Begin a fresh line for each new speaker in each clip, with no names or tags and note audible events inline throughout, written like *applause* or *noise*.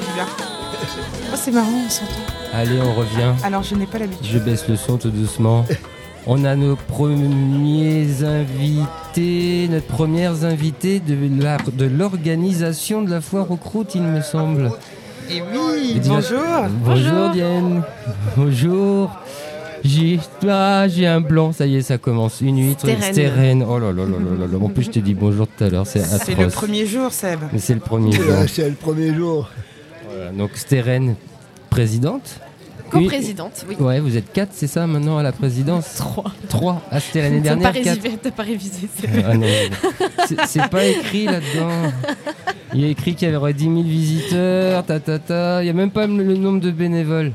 Oh, c'est marrant, on s'entend.
Allez, on revient.
Alors, je n'ai pas l'habitude.
Je baisse le son tout doucement. On a nos premiers invités, notre première invitée de la- de l'organisation de, la foire aux croûtes, il me semble.
Et oui,
Dis-moi-
bonjour.
Bonjour Diane. Bonjour. J'ai ah, j'ai un blanc, ça y est, ça commence. Une huître,
Stérène.
stérène. Oh là là là là là là. En plus, je t'ai dit bonjour tout à l'heure, c'est atroce.
C'est le premier jour, Seb.
Mais c'est le premier jour.
Euh, C'est le premier jour.
Voilà, Donc stérène, présidente.
Co-présidente, oui.
Une- Ouais, vous êtes quatre, c'est ça, maintenant à la présidence
Trois.
Trois. Ah, c'était l'année
T'as pas,
dernière. quatre.
révisé, t'as pas révisé, c'est vrai.
Ah non, c'est- c'est pas écrit là-dedans. Il y a écrit qu'il y aurait 10 000 visiteurs, ta ta ta. Il n'y a même pas le nombre de bénévoles.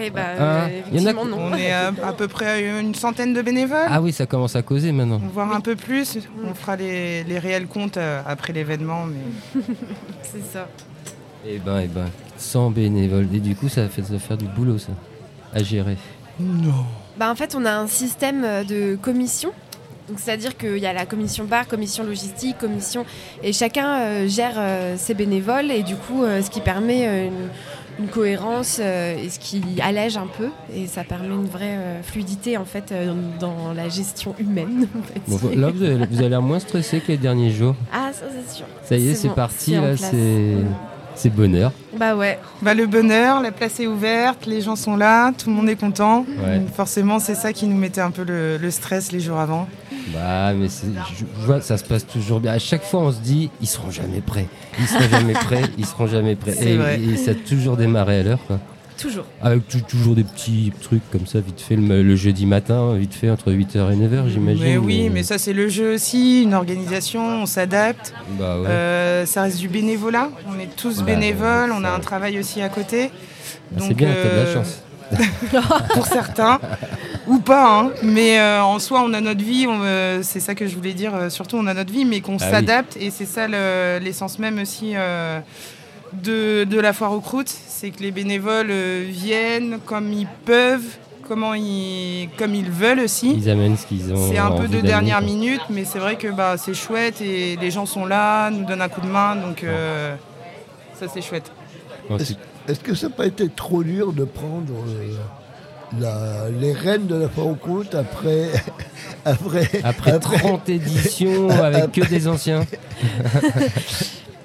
Eh bah,
Ah, y
euh,
en a-
effectivement, non.
On est à, à peu près à une centaine de bénévoles,
Ah oui, ça commence à causer maintenant.
Mm.
voire un peu plus. On fera les, les réels comptes euh, après l'événement. Mais...
C'est ça.
Eh ben, eh ben, 100 bénévoles. Et du coup, ça fait ça faire du boulot, ça, à gérer.
Non.
Bah, en fait, on a un système euh, de commission. Donc, c'est-à-dire qu'il y a la commission bar, commission logistique, commission. Et chacun euh, gère euh, ses bénévoles. Et du coup, euh, ce qui permet euh, une, une cohérence euh, et ce qui allège un peu. Et ça permet une vraie euh, fluidité, en fait, euh, dans la gestion humaine. *laughs* on va
Bon,
dire.
là, vous avez, vous avez l'air moins stressé que les derniers jours.
Ah, ça, c'est sûr.
Ça y est, c'est
bon,
parti,
en
là,
place.
c'est c'est bonheur.
Bah, ouais.
Bah, le bonheur, la place est ouverte, les gens sont là, tout le monde est content.
Ouais.
Donc, Forcément, c'est ça qui nous mettait un peu le, le stress les jours avant.
Bah, mais c'est- je, je vois, ça se passe toujours bien. À chaque fois, on se dit, ils seront jamais prêts.
*laughs*
Ils seront jamais prêts. Ils seront jamais prêts.
C'est
Et,
vrai.
et ça a toujours démarré à l'heure, quoi.
Toujours.
Avec tou- toujours des petits trucs comme ça, vite fait, le, le jeudi matin, vite fait, entre 8h et 9h, j'imagine. Euh,
Mais oui, mais ça, c'est le jeu aussi, une organisation, on s'adapte.
Bah ouais.
Euh, ça reste du bénévolat. On est tous
Bah,
bénévoles,
ouais,
on a
ça-
un travail aussi à côté.
Bah, c'est
donc,
bien, t'as de la
euh,
chance.
pour certains, ou pas, hein. mais euh, en soi, on a notre vie, on, euh, c'est ça que je voulais dire, euh, surtout on a notre vie, mais qu'on
Ah oui.
s'adapte, et c'est ça le- l'essence même aussi euh, de, de la foire aux croûtes, c'est que les bénévoles euh, viennent comme ils peuvent, comment ils, comme ils veulent aussi.
Ils amènent ce qu'ils ont.
C'est un peu
envie
de
d'amener,
dernière
quoi.
minute, mais c'est vrai que bah, c'est chouette, et les gens sont là, nous donnent un coup de main, donc euh, ça c'est chouette.
Non,
Est-ce
*laughs*
c'est-
est-ce que ça n'a pas été trop dur de prendre euh, la- les rênes de la foire aux côtes après, *laughs* après,
Après
*laughs*
30 éditions avec que des anciens.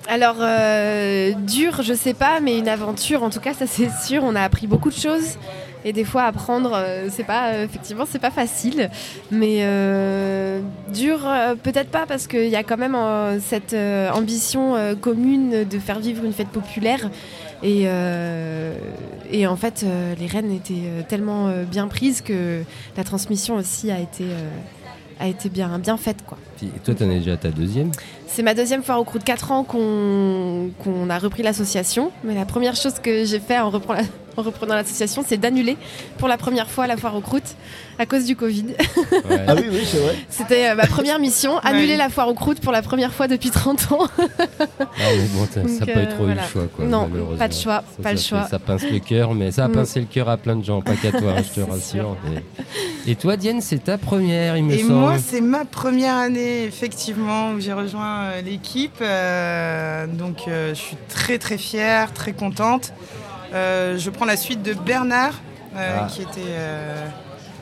Alors, euh, dur, je sais pas, mais une aventure, en tout cas, ça c'est sûr. On a appris beaucoup de choses. Et des fois, apprendre, euh, c'est pas, euh, effectivement, c'est pas facile. Mais euh, dur, euh, peut-être pas, parce qu'il y a quand même euh, cette euh, ambition euh, commune de faire vivre une fête populaire. Et, euh, et en fait, euh, les rênes étaient euh, tellement euh, bien prises que la transmission aussi a été, euh, a été bien, bien faite, quoi.
Puis, toi, t'en es déjà à
*laughs*
ta deuxième.
C'est ma deuxième foire au crew de 4 ans qu'on qu'on a repris l'association. Mais la première chose que j'ai fait en, reprend- en reprenant l'association, c'est d'annuler pour la première fois la foire aux croûtes à cause du Covid. *laughs*
Ouais.
Ah oui, oui, c'est vrai.
C'était euh, ma première mission, annuler
Ouais.
la foire aux croûtes pour la première fois depuis 30 ans.
Ah, mais bon, ça n'a
Donc,
pas eu
euh,
trop eu
voilà.
le choix. Quoi,
Non,
malheureusement.
pas de choix,
Ça,
pas le
ça fait-
choix.
Ça pince le cœur, mais ça a
Mm.
pincé le cœur à plein de gens, pas
*laughs*
qu'à toi, je te
C'est
rassure. Et... et toi, Diane, c'est ta première, il me
Et
semble.
moi, c'est ma première année, effectivement, où j'ai rejoint euh, l'équipe. Euh, donc, euh, je suis très, très fière, très contente. Euh, je prends la suite de Bernard, euh,
Ah.
qui était. euh,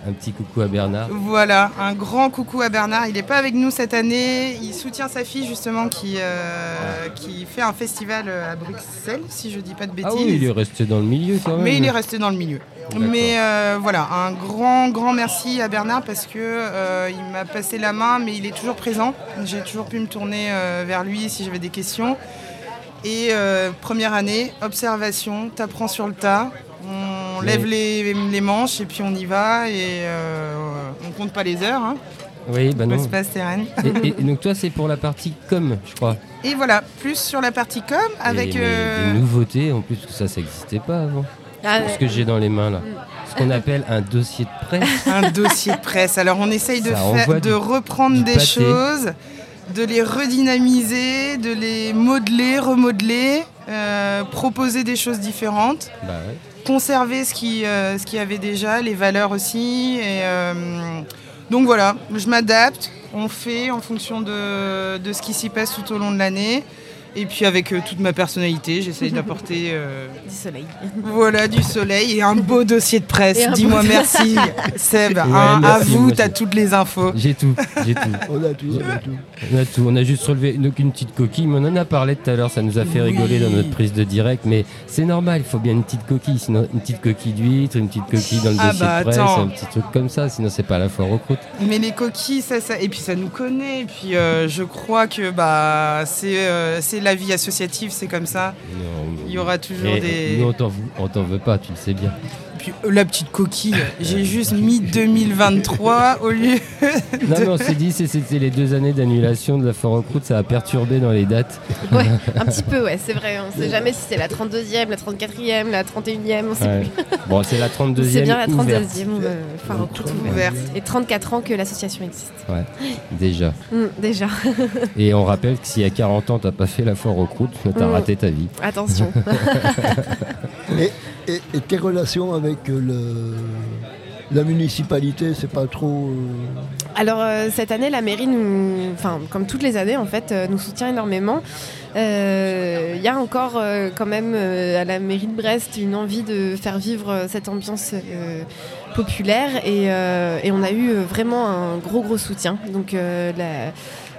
Un petit coucou à Bernard.
voilà, un grand coucou à Bernard. Il n'est pas avec nous cette année. Il soutient sa fille, justement, qui, euh, qui fait un festival euh, à Bruxelles, si je dis pas de bêtises.
Ah oui, il est resté dans le milieu quand même.
Mais il est resté dans le milieu.
D'accord.
Mais euh, voilà, un grand, grand merci à Bernard parce que euh, il m'a passé la main, mais il est toujours présent. J'ai toujours pu me tourner euh, vers lui si j'avais des questions. Et euh, première année, observation, t'apprends sur le tas. On
Mais-
lève les, les manches et puis on y va et euh, on compte pas les heures. Hein.
Oui, bah non.
Passe, passe, terrain.
Et, et- et donc toi, c'est pour la partie com, je crois.
Et voilà, plus sur la partie com avec.
Et- mais
euh,
Des nouveautés, en plus, parce que ça, ça n'existait pas avant.
Ah,
Ce que j'ai dans les mains,
Mm.
là. Ce qu'on appelle un dossier
*laughs*
de presse.
un dossier de presse. Alors on essaye de,
Ça
faire-
envoie
de
du-
reprendre
du
des
pâté.
choses, de les redynamiser, de les modeler, remodeler, euh, proposer des choses différentes,
bah ouais.
conserver ce qui, euh, ce qu'il y avait déjà, les valeurs aussi, et euh, Donc voilà, je m'adapte, on fait en fonction de, de ce qui s'y passe tout au long de l'année. Et puis avec euh, toute ma personnalité, j'essaye d'apporter euh,
Du soleil.
voilà, du soleil et un beau dossier de
Et
presse.
un
Dis-moi
beau-
merci Seb, hein,
merci,
à vous,
merci.
t'as toutes les infos.
J'ai tout, j'ai tout.
On a tout, on a tout.
On a tout, on a juste relevé une, une petite coquille, mais on en a parlé tout à l'heure, ça nous a fait rigoler dans notre prise de direct, mais c'est normal, il faut bien une petite coquille, sinon une petite coquille d'huître, une petite coquille dans le
Ah
dossier
bah,
de presse,
attends.
un petit truc comme ça, sinon c'est pas la foire aux croûtes.
Mais les coquilles, ça, ça, et puis ça nous connaît. Et puis euh, je crois que bah, c'est euh, c'est la vie associative, c'est comme ça.
Non,
Il y aura toujours
eh,
des.
Nous on t'en vou- on t'en veut pas, tu le sais bien.
Puis, euh, la petite coquille, j'ai juste mis 2023 au lieu.
Non mais on s'est dit, c'est- c'était les deux années d'annulation de la foire aux croûtes, ça a perturbé dans les dates.
Ouais, un petit peu, ouais, c'est vrai. On sait jamais si c'est la 32e, la 34e, la 31e. On sait
Ouais. Bon, c'est la 32e.
C'est bien la
ouverte,
32e euh, foire aux
Donc,
croûtes
toute
ouverte.
ouverte.
Et 34 ans que l'association existe.
déjà.
Hmm, déjà,
Et on rappelle que s'il y a 40 ans, t'as pas fait la foire aux croûtes, t'as
Mm.
raté ta vie.
attention.
Et, et tes relations avec euh, le, la municipalité, c'est pas trop. euh,
Alors euh, cette année, la mairie nous, enfin comme toutes les années en fait, euh, nous soutient énormément. Euh, Il y a encore euh, quand même euh, à la mairie de Brest une envie de faire vivre euh, cette ambiance euh, populaire et, euh, et on a eu euh, vraiment un gros gros soutien. Donc euh, la,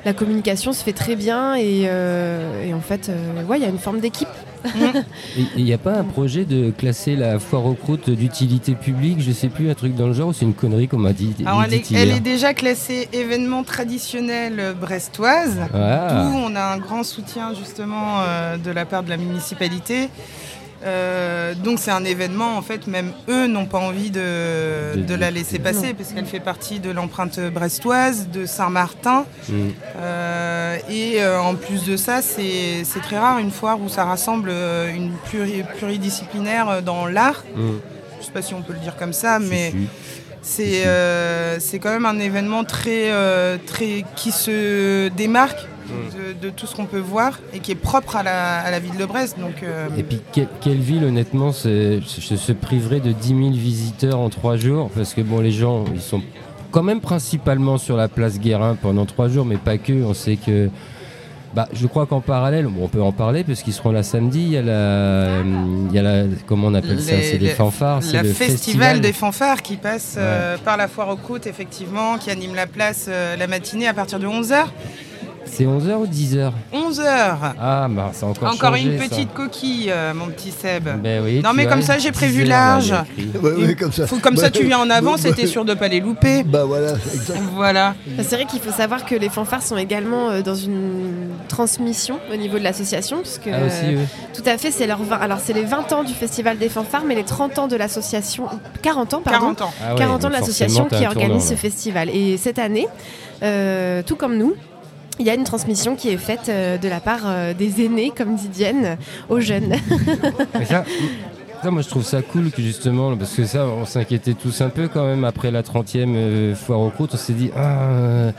la communication se fait très bien et, euh, et en fait, euh, ouais, il y a une forme d'équipe.
Mmh. Il n'y a pas un projet de classer la foire aux croûtes d'utilité publique, je sais plus, un truc dans le genre, ou c'est une connerie qu'on m'a dit,
Alors, Ah, elle
dit
est,
hier
elle est déjà classée événement traditionnel euh, brestoise.
Ah,
D'où on a un grand soutien justement euh, de la part de la municipalité. Euh, donc c'est un événement, en fait, même eux n'ont pas envie de,
De-
de la laisser passer, parce qu'elle fait partie de l'empreinte brestoise, de Saint-Martin.
Mm.
Euh, et euh, en plus de ça, c'est c'est très rare une foire où ça rassemble euh, une pluri- pluridisciplinaire euh, dans l'art.
Mm.
Je sais pas si on peut le dire comme ça,
Si,
mais...
si.
C'est euh, c'est quand même un événement très, euh, très, qui se démarque
Mm.
de, de tout ce qu'on peut voir et qui est propre à la, à la ville de Brest. Donc, euh,
Et puis, que- quelle ville, honnêtement, se, se- se priverait de 10 000 visiteurs en trois jours Parce que, bon, les gens, ils sont quand même principalement sur la place Guérin pendant trois jours, mais pas que. On sait que. Bah, je crois qu'en parallèle, bon, on peut en parler parce qu'ils seront là samedi. Il y a la, il y a la comment on appelle ça
Les-
C'est les
les-
fanfares, c'est
la
le
festival,
festival.
des fanfares qui passe euh, par la foire aux croûtes, effectivement, qui anime la place euh, la matinée à partir de 11h.
C'est 11h ou 10h
11h
Ah, bah, c'est encore
Encore
changé,
une
ça.
petite coquille, euh, mon petit Seb.
Ben oui,
Non,
tu
mais
vois,
comme ça, j'ai prévu
10 heures, on a écrit.
ouais, ouais, comme ça.
Faut- comme
Bah,
ça, tu viens en
bah,
avant,
bah,
c'était sûr de pas les louper.
Bah voilà, exactement.
Voilà.
C'est vrai qu'il faut savoir que les fanfares sont également euh, dans une transmission au niveau de l'association, puisque
Ah, aussi, oui.
Tout à fait, c'est leur 20 alors c'est les 20 ans du festival des fanfares mais les 30 ans de l'association 40 ans pardon.
40 ans.
Ah ouais,
40 ans de
donc
l'association
forcément, t'as
qui
un
organise
tournant,
ce
là.
festival et cette année euh, tout comme nous il y a une transmission qui est faite euh, de la part euh, des aînés, comme dit Diane, aux jeunes. *laughs*
Mais ça, ça, moi je trouve ça cool que justement, parce que ça, on s'inquiétait tous un peu quand même après la 30e euh, foire aux croûtes, on s'est dit, ah, euh,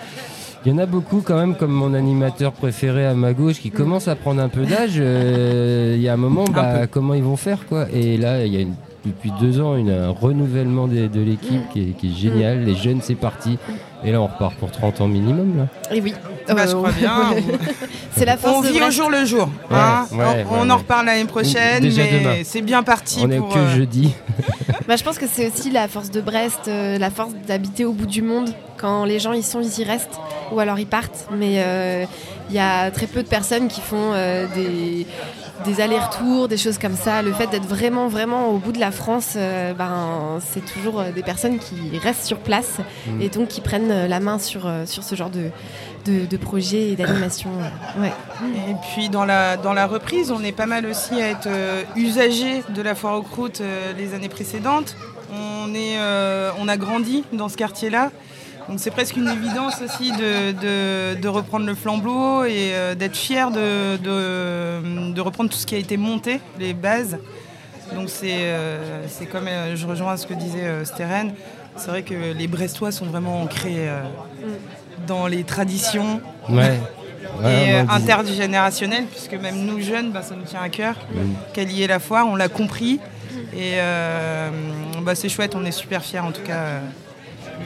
il y en a beaucoup quand même, comme mon animateur préféré à ma gauche, qui commence à prendre un peu d'âge, euh, il y a un moment, bah, comment ils vont faire quoi Et là, il y a une- depuis deux ans une, un renouvellement des- de, l'équipe qui est, qui est génial, les jeunes c'est parti, et là on repart pour 30 ans minimum là.
Et oui,
Bah, je crois bien.
Euh, *laughs* c'est la force
On
de
vit au
Brest.
jour le jour. hein.
Ouais,
on
ouais,
on
ouais,
en
ouais.
reparle l'année prochaine,
Déjà demain.
mais c'est bien parti
on est
pour.
que
euh, *laughs*
jeudi.
Bah, je pense que c'est aussi la force de Brest, euh, la force d'habiter au bout du monde. Quand les gens y sont, ils y restent ou alors ils partent. Mais euh, il y a très peu de personnes qui font euh, des, des allers-retours, des choses comme ça. Le fait d'être vraiment, vraiment au bout de la France, euh, ben, c'est toujours euh, des personnes qui restent sur place
Mm.
et donc qui prennent euh, la main sur, euh, sur ce genre de, de, de projet et d'animation. euh, ouais.
Et puis dans la, dans la reprise, on est pas mal aussi à être euh, usagers de la foire aux croûtes euh, les années précédentes. On, est, euh, on a grandi dans ce quartier-là. Donc c'est presque une évidence aussi de, de- de reprendre le flambeau et euh, d'être fier de, de- de reprendre tout ce qui a été monté, les bases. Donc c'est euh, c'est comme euh, je rejoins ce que disait euh, Stéphane. C'est vrai que les Brestois sont vraiment ancrés euh, dans les traditions,
Ouais. Ouais,
et
ouais,
euh,
on disait-
intergénérationnel, puisque même nous jeunes, bah, ça nous tient à cœur
Mm.
qu'elle y ait la foire, on l'a compris. Et euh, bah, c'est chouette, on est super fiers en tout cas euh,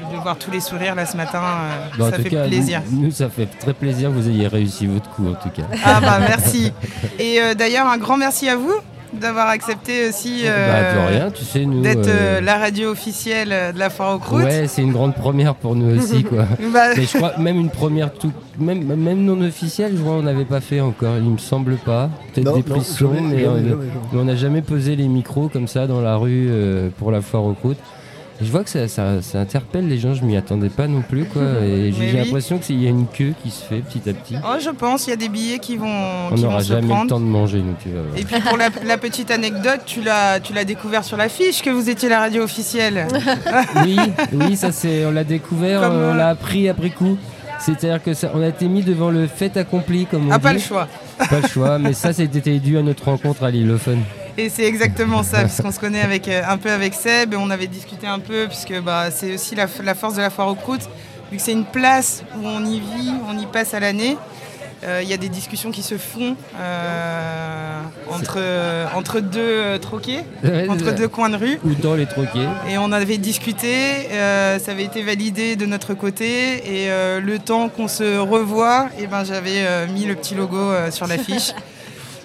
de voir voir tous les sourires là ce matin. euh,
Bah, en
ça
tout
fait
cas, nous-
plaisir.
Nous, ça fait très plaisir que vous ayez réussi votre coup, en tout cas.
Ah bah merci. Et euh, d'ailleurs, un grand merci à vous d'avoir accepté aussi
Bah,
euh,
de rien, tu sais, nous.
d'être
euh,
euh, la radio officielle euh, de la foire aux croûtes.
Ouais, c'est une grande première pour nous aussi, quoi.
*laughs* Bah,
Mais je crois même une première tout, même, même non officielle, je crois on n'avait pas fait encore. Il me semble pas. Peut-être des prises
jamais,
mais, euh,
jamais,
on-
jamais, jamais.
mais on n'a jamais pesé les micros comme ça dans la rue euh, pour la foire aux croûtes. Et Je vois que ça, ça, ça interpelle les gens. Je m'y attendais pas non plus, quoi.
*laughs*
Et j'ai
Mais
j'ai
oui.
l'impression qu'il y a une queue qui se fait petit à petit.
oh, je pense, il y a des billets qui vont,
on
qui
n'aura
vont se
jamais le
prendre.
temps de manger, nous. Tu vas voir.
Et puis pour la, la petite anecdote, tu l'as, tu l'as découvert sur l'affiche que vous étiez la radio officielle.
Oui, oui, ça c'est, on l'a découvert,
Comme,
euh, on
euh,
l'a appris après coup. C'est-à-dire que ça, on a été mis devant le fait accompli, comme on
Ah,
dit.
pas le choix.
Pas le choix, mais ça c'était dû à notre rencontre à l'Illophone.
Et c'est exactement ça, puisqu'on se connaît avec, euh, un peu avec Seb, et on avait discuté un peu, puisque bah, c'est aussi la, f- la force de la foire aux croûtes, vu que c'est une place où on y vit, on y passe à l'année. euh, Il y a des discussions qui se font euh, entre, euh, entre deux euh, troquets,
Ouais, c'est
entre
ça.
deux coins de rue.
Ou dans les troquets.
Et on avait discuté, euh, ça avait été validé de notre côté. Et euh, le temps qu'on se revoit, et ben, j'avais euh, mis le petit logo euh, sur
*laughs*
l'affiche.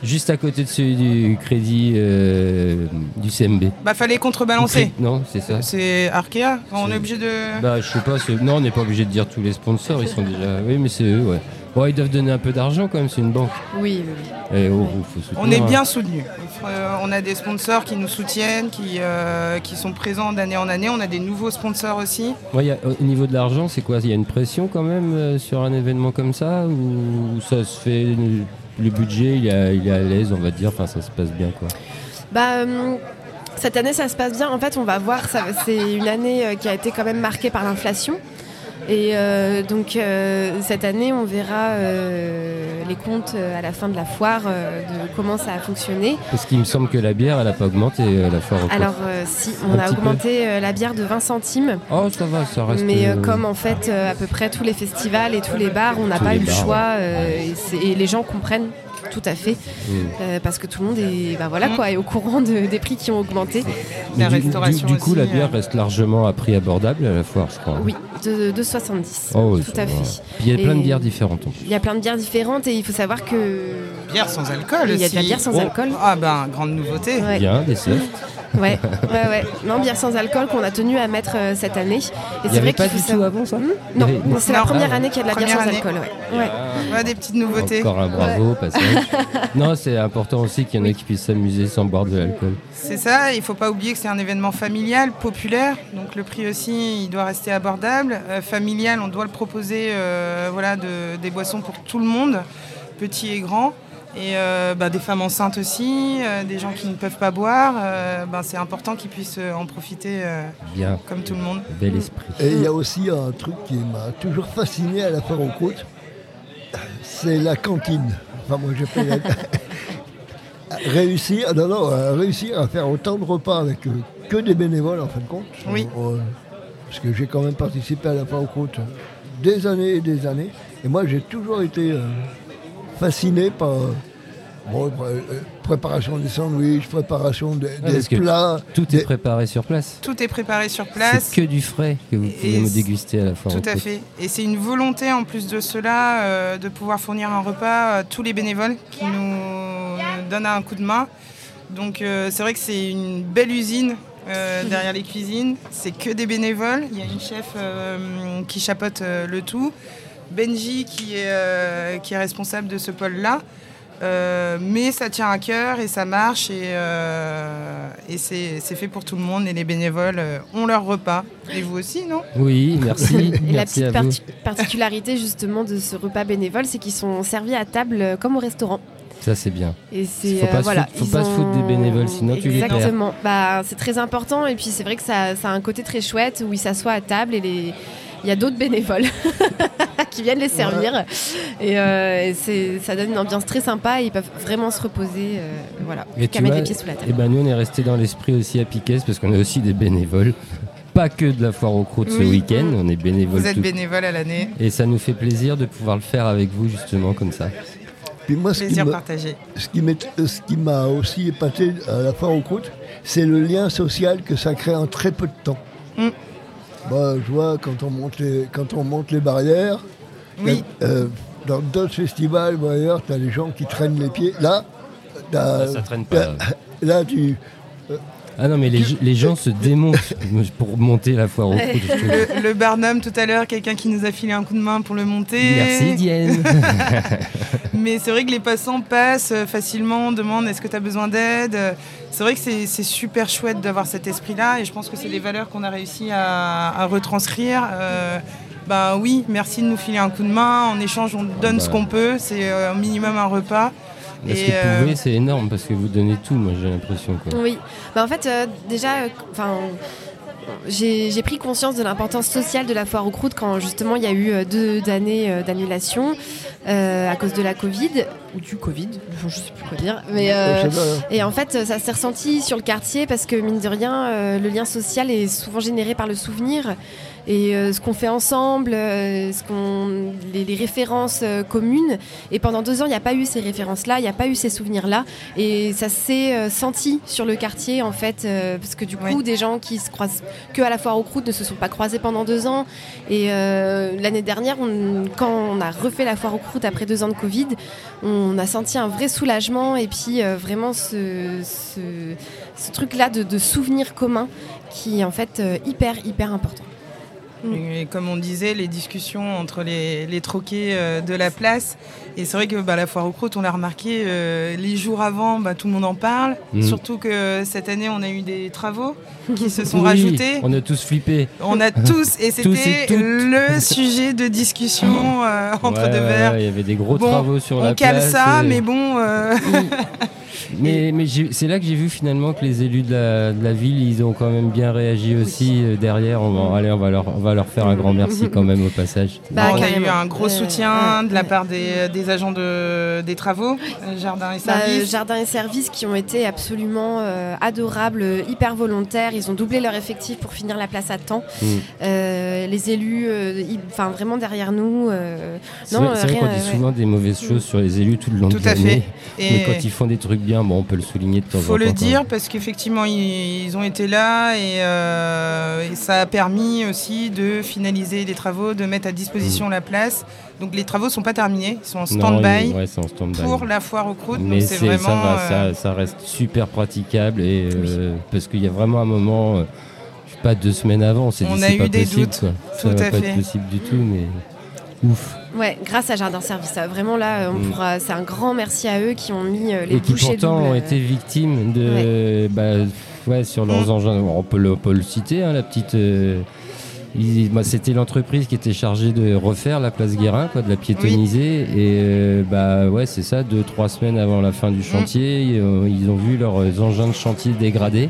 Juste à côté de celui du crédit euh, du CMB.
bah fallait contrebalancer.
Non, c'est ça.
C'est Arkea On
C'est-
est obligé de.
Bah je sais pas, c'est- non on n'est pas obligé de dire tous les sponsors, ils sont déjà. Oui mais c'est eux ouais. Bon ils doivent donner un peu d'argent quand même, c'est une banque.
Oui, oui, oui.
Eh, oh, oh, faut soutenir,
on est
hein.
bien soutenus. Euh, on a des sponsors qui nous soutiennent, qui, euh, qui sont présents d'année en année. On a des nouveaux sponsors aussi.
Ouais, y a- au niveau de l'argent, c'est quoi Il y a une pression quand même euh, sur un événement comme ça Ou ça se fait euh, Le budget, il, est à- il est à l'aise, on va dire. Enfin, ça se passe bien, quoi.
Bah, hum, cette année, ça se passe bien. En fait, on va voir. ça- C'est une année euh, qui a été quand même marquée par l'inflation. Et euh, donc, euh, cette année, on verra euh, les comptes euh, à la fin de la foire, euh, de comment ça a fonctionné.
Parce qu'il me semble que la bière, elle n'a pas augmenté euh, la foire. aux courses.
Alors, euh, si,
Un
on a
petit peu.
augmenté euh, la bière de 20 centimes.
Oh, ça va, ça reste.
Mais euh,
euh,
comme en fait euh, à peu près tous les festivals et tous les bars, on n'a
Tous
pas
les
eu le
bars,
choix euh,
ouais.
et, c'est- et les gens comprennent tout à fait
mm.
euh, parce que tout le monde est bah voilà quoi est au courant de- des prix qui ont augmenté.
Mais
La
du,
restauration
du- du coup,
aussi,
la bière
euh.
reste largement à prix abordable à la foire, je crois. hein.
Oui, de, de 70.
Oh, ouais,
tout
ça
à
va.
fait.
Puis il y a
Et-
plein de bières différentes. en plus.
Il y a plein de bières différentes et il faut savoir que
Bière sans alcool
Il
aussi.
y a de la bière sans
Oh.
alcool.
Ah ben, grande nouveauté.
Ouais.
Bien, des softs.
ouais, ouais, ouais. Non, bière sans alcool qu'on a tenu à mettre euh, cette année. Et
Il n'y avait
qu'il
pas
faut
du tout
savoir-
avant, ça Il y
Non,
avait-
non, c'est la
Non. euh,
première
Ah,
année qu'il y a de la bière
Première
sans
année.
alcool. Ouais. Ouais.
Ouais, des petites nouveautés.
Encore un bravo au
*laughs*
passage. non, c'est important aussi qu'il y en ait qui puissent s'amuser sans boire de l'alcool.
C'est ça, il faut pas oublier que c'est un événement familial, populaire, donc le prix aussi il doit rester abordable. Euh, familial, on doit le proposer euh, voilà, de- des boissons pour tout le monde, petits et grands. Et euh, bah, des femmes enceintes aussi, euh, des gens qui ne peuvent pas boire, euh, bah, c'est important qu'ils puissent euh, en profiter euh,
Bien,
comme tout le monde.
bel esprit.
Et il y a aussi un truc qui m'a toujours fasciné à la foire aux côtes, c'est la cantine. Enfin, moi, j'ai fait la- réussir, non, non, euh, réussir à faire autant de repas avec euh, que des bénévoles, en fin de compte.
Oui.
Euh, euh, parce que j'ai quand même participé à la foire aux côtes euh, des années et des années. Et moi, j'ai toujours été euh, fasciné par... euh, bon, pré- euh, préparation des sandwichs, préparation des, des
parce que
plats.
Tout
des-
est préparé sur place.
Tout est préparé sur place.
C'est que du frais que vous pouvez
Et
me
c'est-
déguster à la fois.
Tout à fait. Et c'est une volonté en plus de cela euh, de pouvoir fournir un repas à tous les bénévoles qui nous donnent un coup de main. Donc euh, c'est vrai que c'est une belle usine euh, derrière les cuisines. C'est que des bénévoles. Il y a une chef euh, qui chapeaute euh, le tout. Benji qui est, euh, qui est responsable de ce pôle-là. Euh, mais ça tient à cœur et ça marche et, euh, et c'est c'est fait pour tout le monde et les bénévoles euh, ont leur repas. Et vous aussi, non
Oui, merci. merci
Et la petite
à vous.
parti- particularité justement de ce repas bénévole, c'est qu'ils sont servis à table euh, comme au restaurant.
Ça, c'est bien.
Et c'est
Faut pas
euh,
se
voilà,
foutre- faut
ils
pas se foutre des bénévoles, sinon tu les perds.
Exactement. Bah, c'est très important et puis c'est vrai que ça, ça a un côté très chouette où ils s'assoient à table et les il y a d'autres bénévoles *laughs* qui viennent les servir et, euh, et c'est ça donne une ambiance très sympa et ils peuvent vraiment se reposer euh, voilà
Et
qu'à
tu
mettre
vois,
les pieds sous la table.
Et ben, nous, on est resté dans l'esprit aussi à Piquet parce qu'on est aussi des bénévoles. Pas que de la foire aux croûtes ce
Oui.
week-end, on est bénévoles
Vous êtes
tout-
bénévole à l'année.
Et ça nous fait plaisir de pouvoir le faire avec vous, justement, comme ça.
Puis moi, ce qui
Plaisir
me-
partagé.
Ce qui m'est- euh, ce qui m'a aussi épaté à la foire aux croûtes, c'est le lien social que ça crée en très peu de temps.
Mm.
Bah, je vois, quand on monte les, quand on monte les barrières,
Oui.
y a- euh, dans d'autres festivals ou ailleurs, tu as les gens qui traînent les pieds. Là, t'as-
Là, Ah, ça traîne pas.
t'as- Là, tu.
Ah non, mais les, les gens se démontent pour monter la foire aux coudes. je trouve.
*laughs* Le, le Barnum tout à l'heure, quelqu'un qui nous a filé un coup de main pour le monter.
Merci
*laughs*
Diane.
Mais c'est vrai que les passants passent euh, facilement, demandent est-ce que tu as besoin d'aide. Euh, C'est vrai que c'est c'est super chouette d'avoir cet esprit-là et je pense que c'est les valeurs qu'on a réussi à, à retranscrire. Euh, ben oui, merci de nous filer un coup de main. En échange, on donne ce
bah.
qu'on peut. C'est euh, un minimum un repas.
Parce
Et,
que
euh,
pouvez, c'est énorme parce que vous donnez tout, moi j'ai l'impression. Quoi.
Oui, bah en fait, euh, déjà, enfin. j'ai j'ai pris conscience de l'importance sociale de la foire aux croûtes quand justement il y a eu euh, deux années euh, d'annulation euh, à cause de la Covid ou du Covid, je sais plus quoi dire. Mais euh,
je sais pas, hein.
et en fait, euh, ça s'est ressenti sur le quartier parce que mine de rien, euh, le lien social est souvent généré par le souvenir et euh, ce qu'on fait ensemble, euh, ce qu'on, les, les références euh, communes. Et pendant deux ans, il n'y a pas eu ces références-là, il n'y a pas eu ces souvenirs-là, et ça s'est euh, senti sur le quartier en fait, euh, parce que du coup,
Ouais.
des gens qui se croisent que à la foire aux croûtes ne se sont pas croisés pendant deux ans. Et euh, l'année dernière, on- quand on a refait la foire aux croûtes après deux ans de Covid, on a senti un vrai soulagement et puis euh, vraiment ce, ce, ce truc-là de, de souvenir commun qui est en fait euh, hyper, hyper important.
Mm.
Et comme on disait, les discussions entre les, les troquets euh, de la place. Et c'est vrai que bah, la foire aux croûtes, on l'a remarqué, euh, les jours avant, bah, tout le monde en parle.
Mm.
Surtout que euh, cette année, on a eu des travaux qui
*laughs*
se sont
Oui,
rajoutés.
On a tous flippé.
On
*laughs*
a tous, et
Tous et
c'était
toutes.
le sujet de discussion euh, entre
Ouais,
deux
ouais,
verres.
ouais, Il y avait des gros
Bon,
travaux sur la
on cale
place,
ça,
et-
mais bon, euh,
*laughs* Mais, mais j'ai- c'est là que j'ai vu finalement que les élus de la, de la ville, ils ont quand même bien réagi aussi euh, derrière. On
Mm.
va, allez, on va, leur, on va leur faire un grand merci quand même au passage.
*laughs* Bah,
on a eu
carrément.
un gros
Euh,
soutien
ouais,
de la
ouais.
part des, euh, des agents de, des travaux, euh, jardins et
Bah, euh,
services.
Jardins et services qui ont été absolument euh, adorables, euh, hyper volontaires. Ils ont doublé leur effectif pour finir la place à temps.
Mm.
Euh, les élus, euh, ils- enfin vraiment derrière nous. euh,
C'est
non,
vrai, c'est vrai
euh,
qu'on
rien,
dit
ouais.
souvent des mauvaises choses sur les élus tout le long
Mm. Tout
de
à
l'année.
fait.
Mais quand
Et-
ils font des trucs bien, bon, on peut le souligner de temps en temps.
faut le
quand même.
dire parce qu'effectivement ils ils ont été là et, euh, et ça a permis aussi de finaliser les travaux, de mettre à disposition la place. Donc les travaux sont pas terminés, ils sont en
Mm. Non,
stand-by
ils- ouais, c'est en stand-by.
pour la foire aux croûtes.
Mais
donc c'est
c'est-
vraiment
ça, va,
euh,
ça, ça reste super praticable et, euh, parce qu'il y a vraiment un moment, euh, je sais pas, deux semaines avant, on s'est
On
dit
a
c'est
eu
pas
des
possible.
doutes,
quoi. ça
tout
va
à
pas
fait.
être possible du tout, mais ouf.
Ouais, grâce à Jardin Service. Ah, Vraiment là, euh, on
Mm.
pourra- c'est un grand merci à eux qui ont mis euh, les
Et qui
bouchées
pourtant
doubles,
ont
euh,
été victimes de. bah, ouais, sur leurs
Mm.
engins. Bon, on, peut le, on peut le citer, hein, la petite. euh, ils- bah, C'était l'entreprise qui était chargée de refaire la place Guérin, quoi, de la piétoniser. Et euh, bah ouais, c'est ça, deux, trois semaines avant la fin
Mm.
du chantier, ils, ont- ils ont vu leurs engins de chantier dégradés.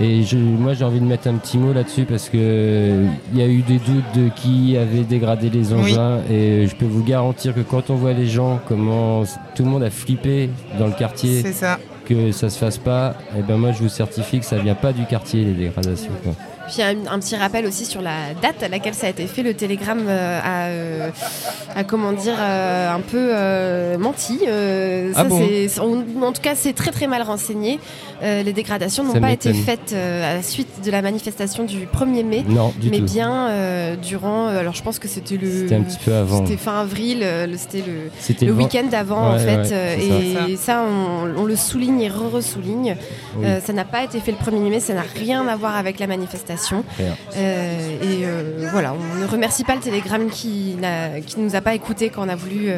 Et je- moi j'ai envie de mettre un petit mot là-dessus parce que euh, il y a eu des doutes de qui avait dégradé les engins et je peux vous garantir que quand on voit les gens, comment s- tout le monde a flippé dans le quartier,
c'est ça.
que ça se fasse pas, et ben moi je vous certifie que ça vient pas du quartier les dégradations. quoi.
Puis un, un petit rappel aussi sur la date à laquelle ça a été fait. Le télégramme euh, a, euh, a, comment dire, euh, un peu euh, menti. Euh,
Ah
ça,
bon
c'est- c'est- on- en tout cas, c'est très très mal renseigné. Euh, les dégradations
Ça
n'ont pas été
m'étonne.
faites euh, à la suite de la manifestation du 1er mai,
Non du
mais
tout.
bien euh, durant. euh, alors je pense que c'était le.
C'était un petit peu avant.
C'était fin avril, euh, le- c'était le,
C'était
le
vent-
week-end d'avant en
Ouais,
fait.
ouais,
euh,
c'est
ça.
et ça, on, on le souligne et re-ressouligne.
Oui.
Euh, ça n'a pas été fait le 1er mai, ça n'a rien à voir avec la manifestation.
Rien.
Euh, et euh, voilà, on ne remercie pas le télégramme qui n'a- qui ne nous a pas écoutés quand on a voulu euh,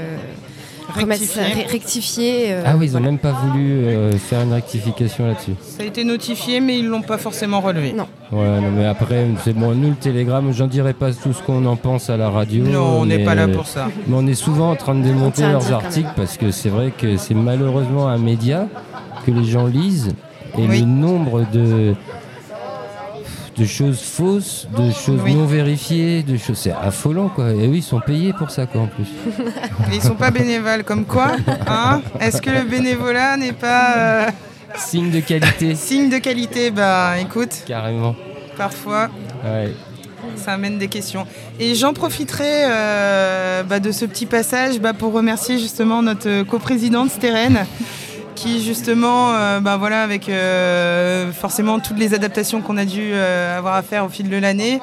remettre ça-
Rectifié.
ré- rectifier. euh,
Ah oui, ils ont
voilà.
même pas voulu euh, faire une rectification là-dessus.
Ça a été notifié, mais ils l'ont pas forcément relevé.
Non.
Ouais, non, mais après, c'est bon, nous, le Télégramme, j'en dirai pas tout ce qu'on en pense à la radio.
Non, on n'est
mais-
pas là pour ça.
Mais on est souvent en train de démonter
tient à
leurs
dire quand
articles parce que c'est vrai que c'est malheureusement un média que les gens lisent et
Oui.
le nombre de de choses fausses, de choses
Oui.
non vérifiées, de choses c'est affolant quoi. Et oui, ils sont payés pour ça quoi en plus.
Et ils sont pas bénévoles, comme quoi hein Est-ce que le bénévolat n'est pas euh,
Signe de
*laughs*
qualité,
signe de qualité Bah écoute,
carrément.
parfois
Ouais.
Ça amène des questions. Et j'en profiterai euh, bah, de ce petit passage bah, pour remercier justement notre coprésidente Stérène qui justement, euh, ben voilà, avec euh, forcément toutes les adaptations qu'on a dû euh, avoir à faire au fil de l'année.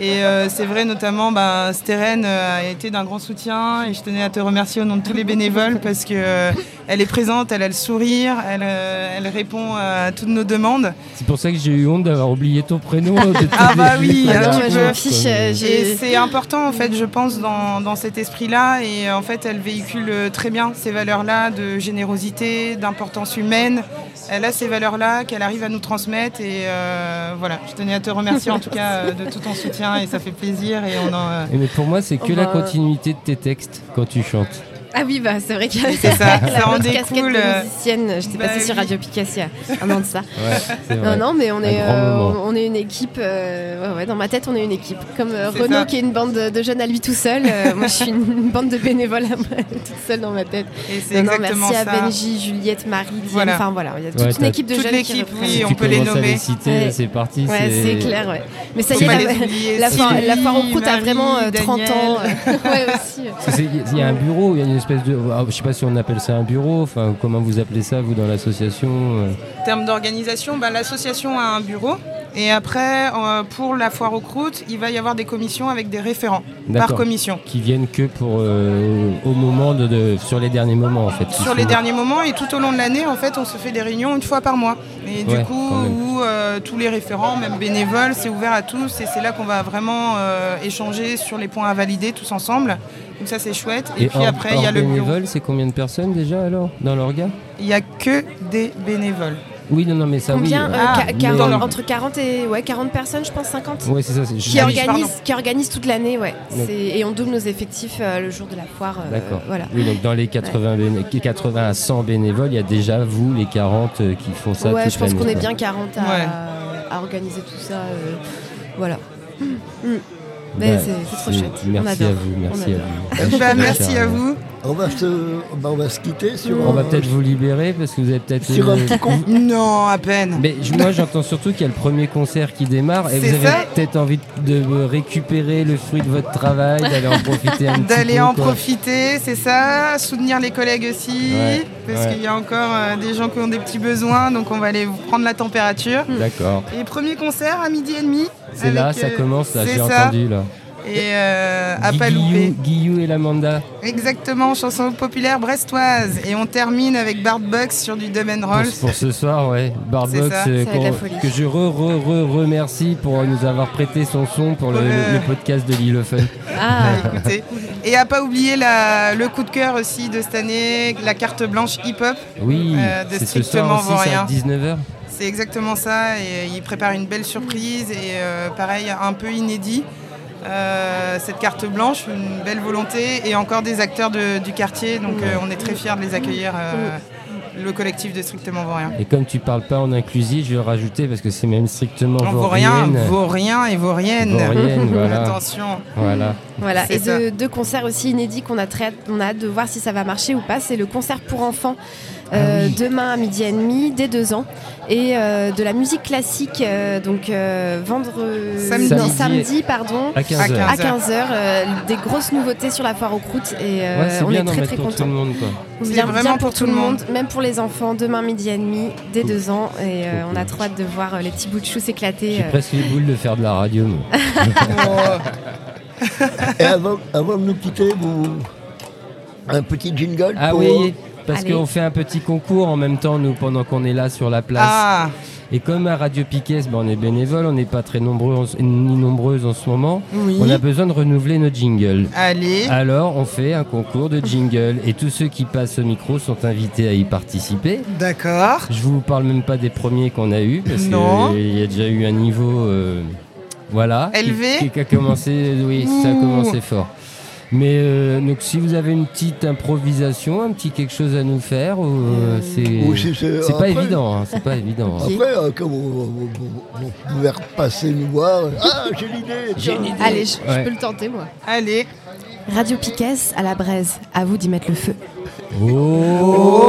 Et euh, c'est vrai notamment, ben, Steren euh, a été d'un grand soutien et je tenais à te remercier au nom de tous les bénévoles parce que euh, elle est présente, elle a le sourire, elle, euh, elle répond à toutes nos demandes.
C'est pour ça que j'ai eu honte d'avoir oublié ton prénom. euh,
Ah bah oui,
Ah
alors
non,
tu
moi, je
peux-
m'en fiche. euh,
Et
j'ai-
c'est important en fait, je pense, dans, dans cet esprit-là. Et en fait, elle véhicule euh, très bien ces valeurs-là de générosité, d'importance humaine. Elle a ces valeurs-là qu'elle arrive à nous transmettre. Et euh, voilà, je tenais à te remercier en tout cas euh, de tout ton soutien et ça fait plaisir. Et on en, euh,
Mais pour moi, c'est que
On
la
va-
continuité de tes textes quand tu chantes.
Ah oui, bah c'est vrai qu'il y a
c'est ça,
*laughs* la
ça en
grosse casquette
découle.
de
euh,
musicienne. J'étais
bah
passée sur
oui.
Radio Picasso il y a un an de ça.
Ouais, c'est vrai.
Non, non, mais on
Un
est,
grand
euh,
moment.
on est une équipe. euh, ouais, ouais, dans ma tête, on est une équipe. Comme euh,
C'est
Renaud,
ça.
qui est une bande de de jeunes à lui tout seul. euh, moi, je suis une *laughs* bande de bénévoles à moi, *laughs* toute seule dans ma tête.
Et c'est
Non, non,
exactement
merci
ça.
à Benji, Juliette, Marie, Diane,
Voilà.
Enfin voilà, il y a toute
Ouais,
une
t'as-
équipe de
Toute
jeunes. qui
l'équipe,
reprennent.
oui,
Si
on
tu
peut les
commences à
nommer.
citer,
Ouais.
c'est parti.
Ouais, c'est clair, ouais. Mais ça
Faut
y est,
pas
la,
les oublier,
la, foire-
Sylvie,
la foire aux croûtes a
Marie,
vraiment euh, 30 ans.
Daniel.
euh, *laughs* ouais, aussi. euh.
Parce que c'est- Il y a un bureau, il y a une espèce de. ah, Je sais pas si on appelle ça un bureau, enfin, comment vous appelez ça, vous, dans l'association euh,
En termes d'organisation, bah, l'association a un bureau. Et après, euh, pour la foire aux croûtes, il va y avoir des commissions avec des référents par
D'accord.
commission.
Qui viennent que pour. euh, au moment de, de- sur les derniers moments, en fait.
sur les derniers moments et tout au long de l'année en fait on se fait des réunions une fois par mois et
Ouais,
du coup
quand même.
où euh, tous les référents même bénévoles c'est ouvert à tous et c'est là qu'on va vraiment euh, échanger sur les points à valider tous ensemble donc ça c'est chouette et,
Et
puis
hors-
après il y
hors
a le bureau
bénévole, c'est combien de personnes déjà alors dans l'orga
il n'y a que des bénévoles
Oui, non, non, mais ça
Combien
oui.
euh,
Ah,
qua-
mais-
quarante- Entre 40 et ouais, 40 personnes, je pense 50.
Ouais, c'est ça. c'est-
Qui
Ah oui, pardon.
organise, qui organise toute l'année, ouais.
Ouais.
C'est- Et on double nos effectifs euh, le jour de la foire. euh,
D'accord.
Voilà.
Oui, donc dans les 80, béné- 80 à 100 bénévoles, il y a déjà vous, les 40 euh, qui font ça.
ouais,
toute
je pense
l'année,
qu'on est
quoi.
bien 40 à,
Ouais.
à organiser tout ça. euh, voilà. Mm. Mais
Hmm. Bah,
c'est c'est trop
c'est-
chouette. on
Merci
adore.
à vous, merci
On
à
adore.
*laughs*
vous.
Bah, merci à vous
On va se, bah, on va se quitter sur.
On va
euh,
peut-être vous libérer parce que vous avez peut-être.
Sur un
euh,
petit con-
non à peine
Mais je- moi j'entends surtout qu'il y a le premier concert qui démarre et vous
C'est
avez
ça.
peut-être envie de de récupérer le fruit de votre travail, d'aller en
*laughs*
profiter un petit peu.
D'aller en
quoi.
profiter, c'est ça, soutenir les collègues aussi,
Ouais,
parce
ouais.
qu'il y a encore euh, des gens qui ont des petits besoins, donc on va aller vous prendre la température.
D'accord.
Et premier concert à midi et demi.
C'est là,
avec,
ça
euh,
commence, là,
c'est
j'ai
ça.
entendu là.
Et euh, à pas
Guillou-
louper.
Guillou et l'Amanda.
Exactement, chanson populaire brestoise. Et on termine avec Bart Bucks sur du Dub and
Pour,
Roll.
pour ce soir, ouais. Barbox,
ça.
euh,
Ça va être la
qu'on-
folie.
que je re, re, re- remercie pour nous avoir prêté son son pour le,
Ouais.
le podcast de Lilofun.
Ah,
*laughs*
à écouter. Et à pas oublier la- le coup de cœur aussi de cette année, la carte blanche hip-hop.
Oui,
Euh, de
c'est ce soir
strictement
aussi, c'est à
rien.
19h.
C'est exactement ça. Et il prépare une belle surprise et euh, pareil, un peu inédit. Euh, cette carte blanche, une belle volonté et encore des acteurs de- du quartier. Donc euh, on est très fiers de les accueillir, euh, le collectif de Strictement Vaurien.
Et comme tu parles pas en inclusif, je vais rajouter parce que c'est même strictement
On vaut rien,
vaurienne.
vaut rien et vaut rien.
Vaurienne, voilà. *laughs*
Attention.
voilà.
voilà.
C'est
Et de, deux concerts aussi inédits qu'on a très hâte- on a hâte de voir si ça va marcher ou pas. C'est le concert pour enfants
Ah
euh, demain à midi et demi, dès deux ans, et euh, de la musique classique. euh, donc euh, vendredi,
Samedi.
non,
Samedi.
samedi, pardon.
À 15h.
À
à
15 heures.
15h, des grosses nouveautés sur la foire aux croûtes et euh,
Ouais, c'est
on
bien
est
d'en
très
mettre
très
pour tout
contents.
le monde. Quoi.
C'est
Bien,
vraiment
bien pour tout le monde, même pour les enfants, demain midi et demi, dès
Cool.
deux ans. Et euh,
Cool,
on a
cool.
trop hâte de voir euh, les petits bouts de chou s'éclater.
J'ai
euh.
presque les boules de faire de la radio. moi.
Oh,
Et avant, avant de nous quitter, vous. Un petit jingle
Ah
pour-
oui, parce
Allez.
qu'on fait un petit concours en même temps, nous, pendant qu'on est là sur la place.
Ah,
Et comme à Radio Piquet, ben, on est bénévole, on n'est pas très nombreux en ce- ni nombreuses en ce moment.
oui.
On a besoin de renouveler nos jingles.
Allez.
Alors, on fait un concours de jingles et tous ceux qui passent au micro sont invités à y participer.
D'accord.
Je vous parle même pas des premiers qu'on a eus parce
Non.
qu'il y a déjà eu un niveau, euh, voilà, qui-
Élevé.
qui, qui a commencé, oui, ça a
Ouh.
commencé fort. Mais euh, donc, si vous avez une petite improvisation, un petit quelque chose à nous faire, euh,
Ou
c'est
si c'est
c'est pas
après.
évident, hein, c'est pas évident. hein.
Après, euh, quand vous, vous- vous- vous pouvez repasser nous voir, euh, ah, j'ai l'idée J'ai
Allez, je, je
Ouais.
peux le tenter moi.
Allez.
Radio Piquet à la braise, à vous d'y mettre le feu.
Oh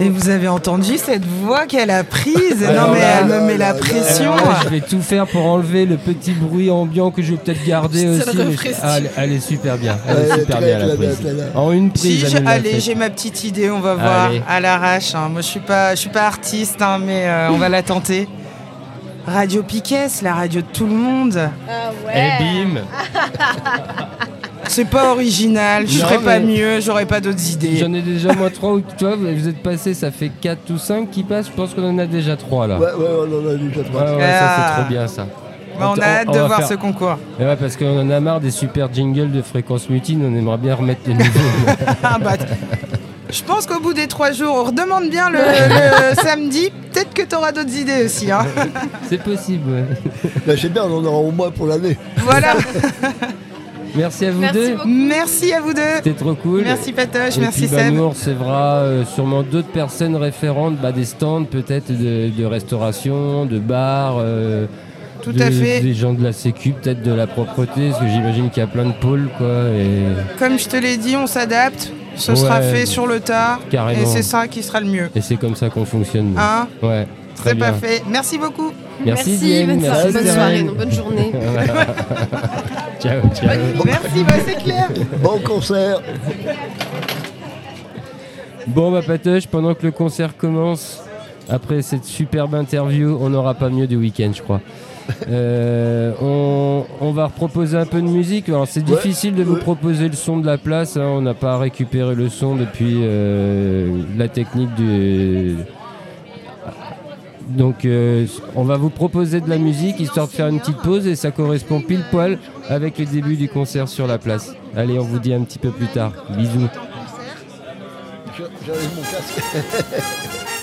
Et vous avez entendu cette voix qu'elle a prise Non,
Alors
mais
Oh là,
elle me
là,
met la
là, là,
pression.
Alors là, Ah, je vais tout faire pour enlever le petit bruit ambiant que je vais peut-être garder
Ça le
aussi. mais je-
represtige.
ah, elle, elle est super bien. Elle
Ouais,
est super
très
bien la
bien,
prise.
très bien.
En une
Si,
prise,
j'ai-
elle nous l'a
allez,
faite.
j'ai ma petite idée, on va voir
Allez.
à l'arrache. hein. Moi, je suis pas, je suis pas artiste, hein, mais euh, on va la tenter. Radio Piquet, la radio de tout le monde.
Ah
Et Eh, bim
C'est pas original, je
Non,
ferais pas
mais-
mieux, j'aurais pas d'autres idées.
J'en ai déjà moi 3 ou tu vois, vous êtes passé, ça fait 4 ou 5 qui passent, je pense qu'on en a déjà 3 là.
Ouais, ouais, on en a déjà
Ouais,
trois.
ouais, ça
Ah.
c'est trop bien ça.
Bah, on a hâte de
va
voir
faire-
ce concours.
Et ouais, parce qu'on en a marre des super jingles de fréquence mutine, on aimerait bien remettre les
*laughs*
nouveaux.
Ah,
*laughs*
bah, t- je pense qu'au bout des trois jours, on redemande bien le,
*laughs*
le samedi. Peut-être que t'auras d'autres idées aussi. hein.
c'est possible. ouais.
Là, Ben, c'est bien, on en aura au moins pour l'année.
Voilà.
Merci à vous
Merci
deux.
beaucoup.
Merci à vous deux.
C'était trop cool.
Merci Patoche,
Et
merci
puis, bah,
Seb.
nous, on recevra euh, sûrement d'autres personnes référentes, bah, des stands peut-être de, de restauration, de bars. euh,
Tout
de-
à fait.
Des gens de la sécu, peut-être de la propreté, parce que j'imagine qu'il y a plein de pôles, quoi. Et,
Comme je te l'ai dit, on s'adapte. Ce sera
Ouais.
fait sur le tas.
Carrément.
Et c'est ça qui sera le mieux.
et c'est comme ça qu'on fonctionne. nous.
Hein
ouais, très
C'est
bien.
parfait. Merci beaucoup.
Merci,
Merci,
Diane,
bonne
merci,
soirée, bonne
Stéphane.
soirée, non, bonne journée.
Ciao, ciao.
Merci, bah, c'est clair.
Bon concert.
Bon, bah, Patoche, pendant que le concert commence, après cette superbe interview, on n'aura pas mieux du week-end, je
*laughs*
crois. Euh, on, on va reproposer un peu de musique. Alors, c'est
Ouais,
difficile de vous
ouais.
proposer le son de la place. hein. On n'a pas récupéré le son depuis euh, la technique du. Donc, euh, on va vous proposer de la musique histoire de faire une petite pause et ça correspond pile poil avec le début du concert sur la place. Allez, on vous dit un petit peu plus tard. Bisous.
Je- J'avais mon casque.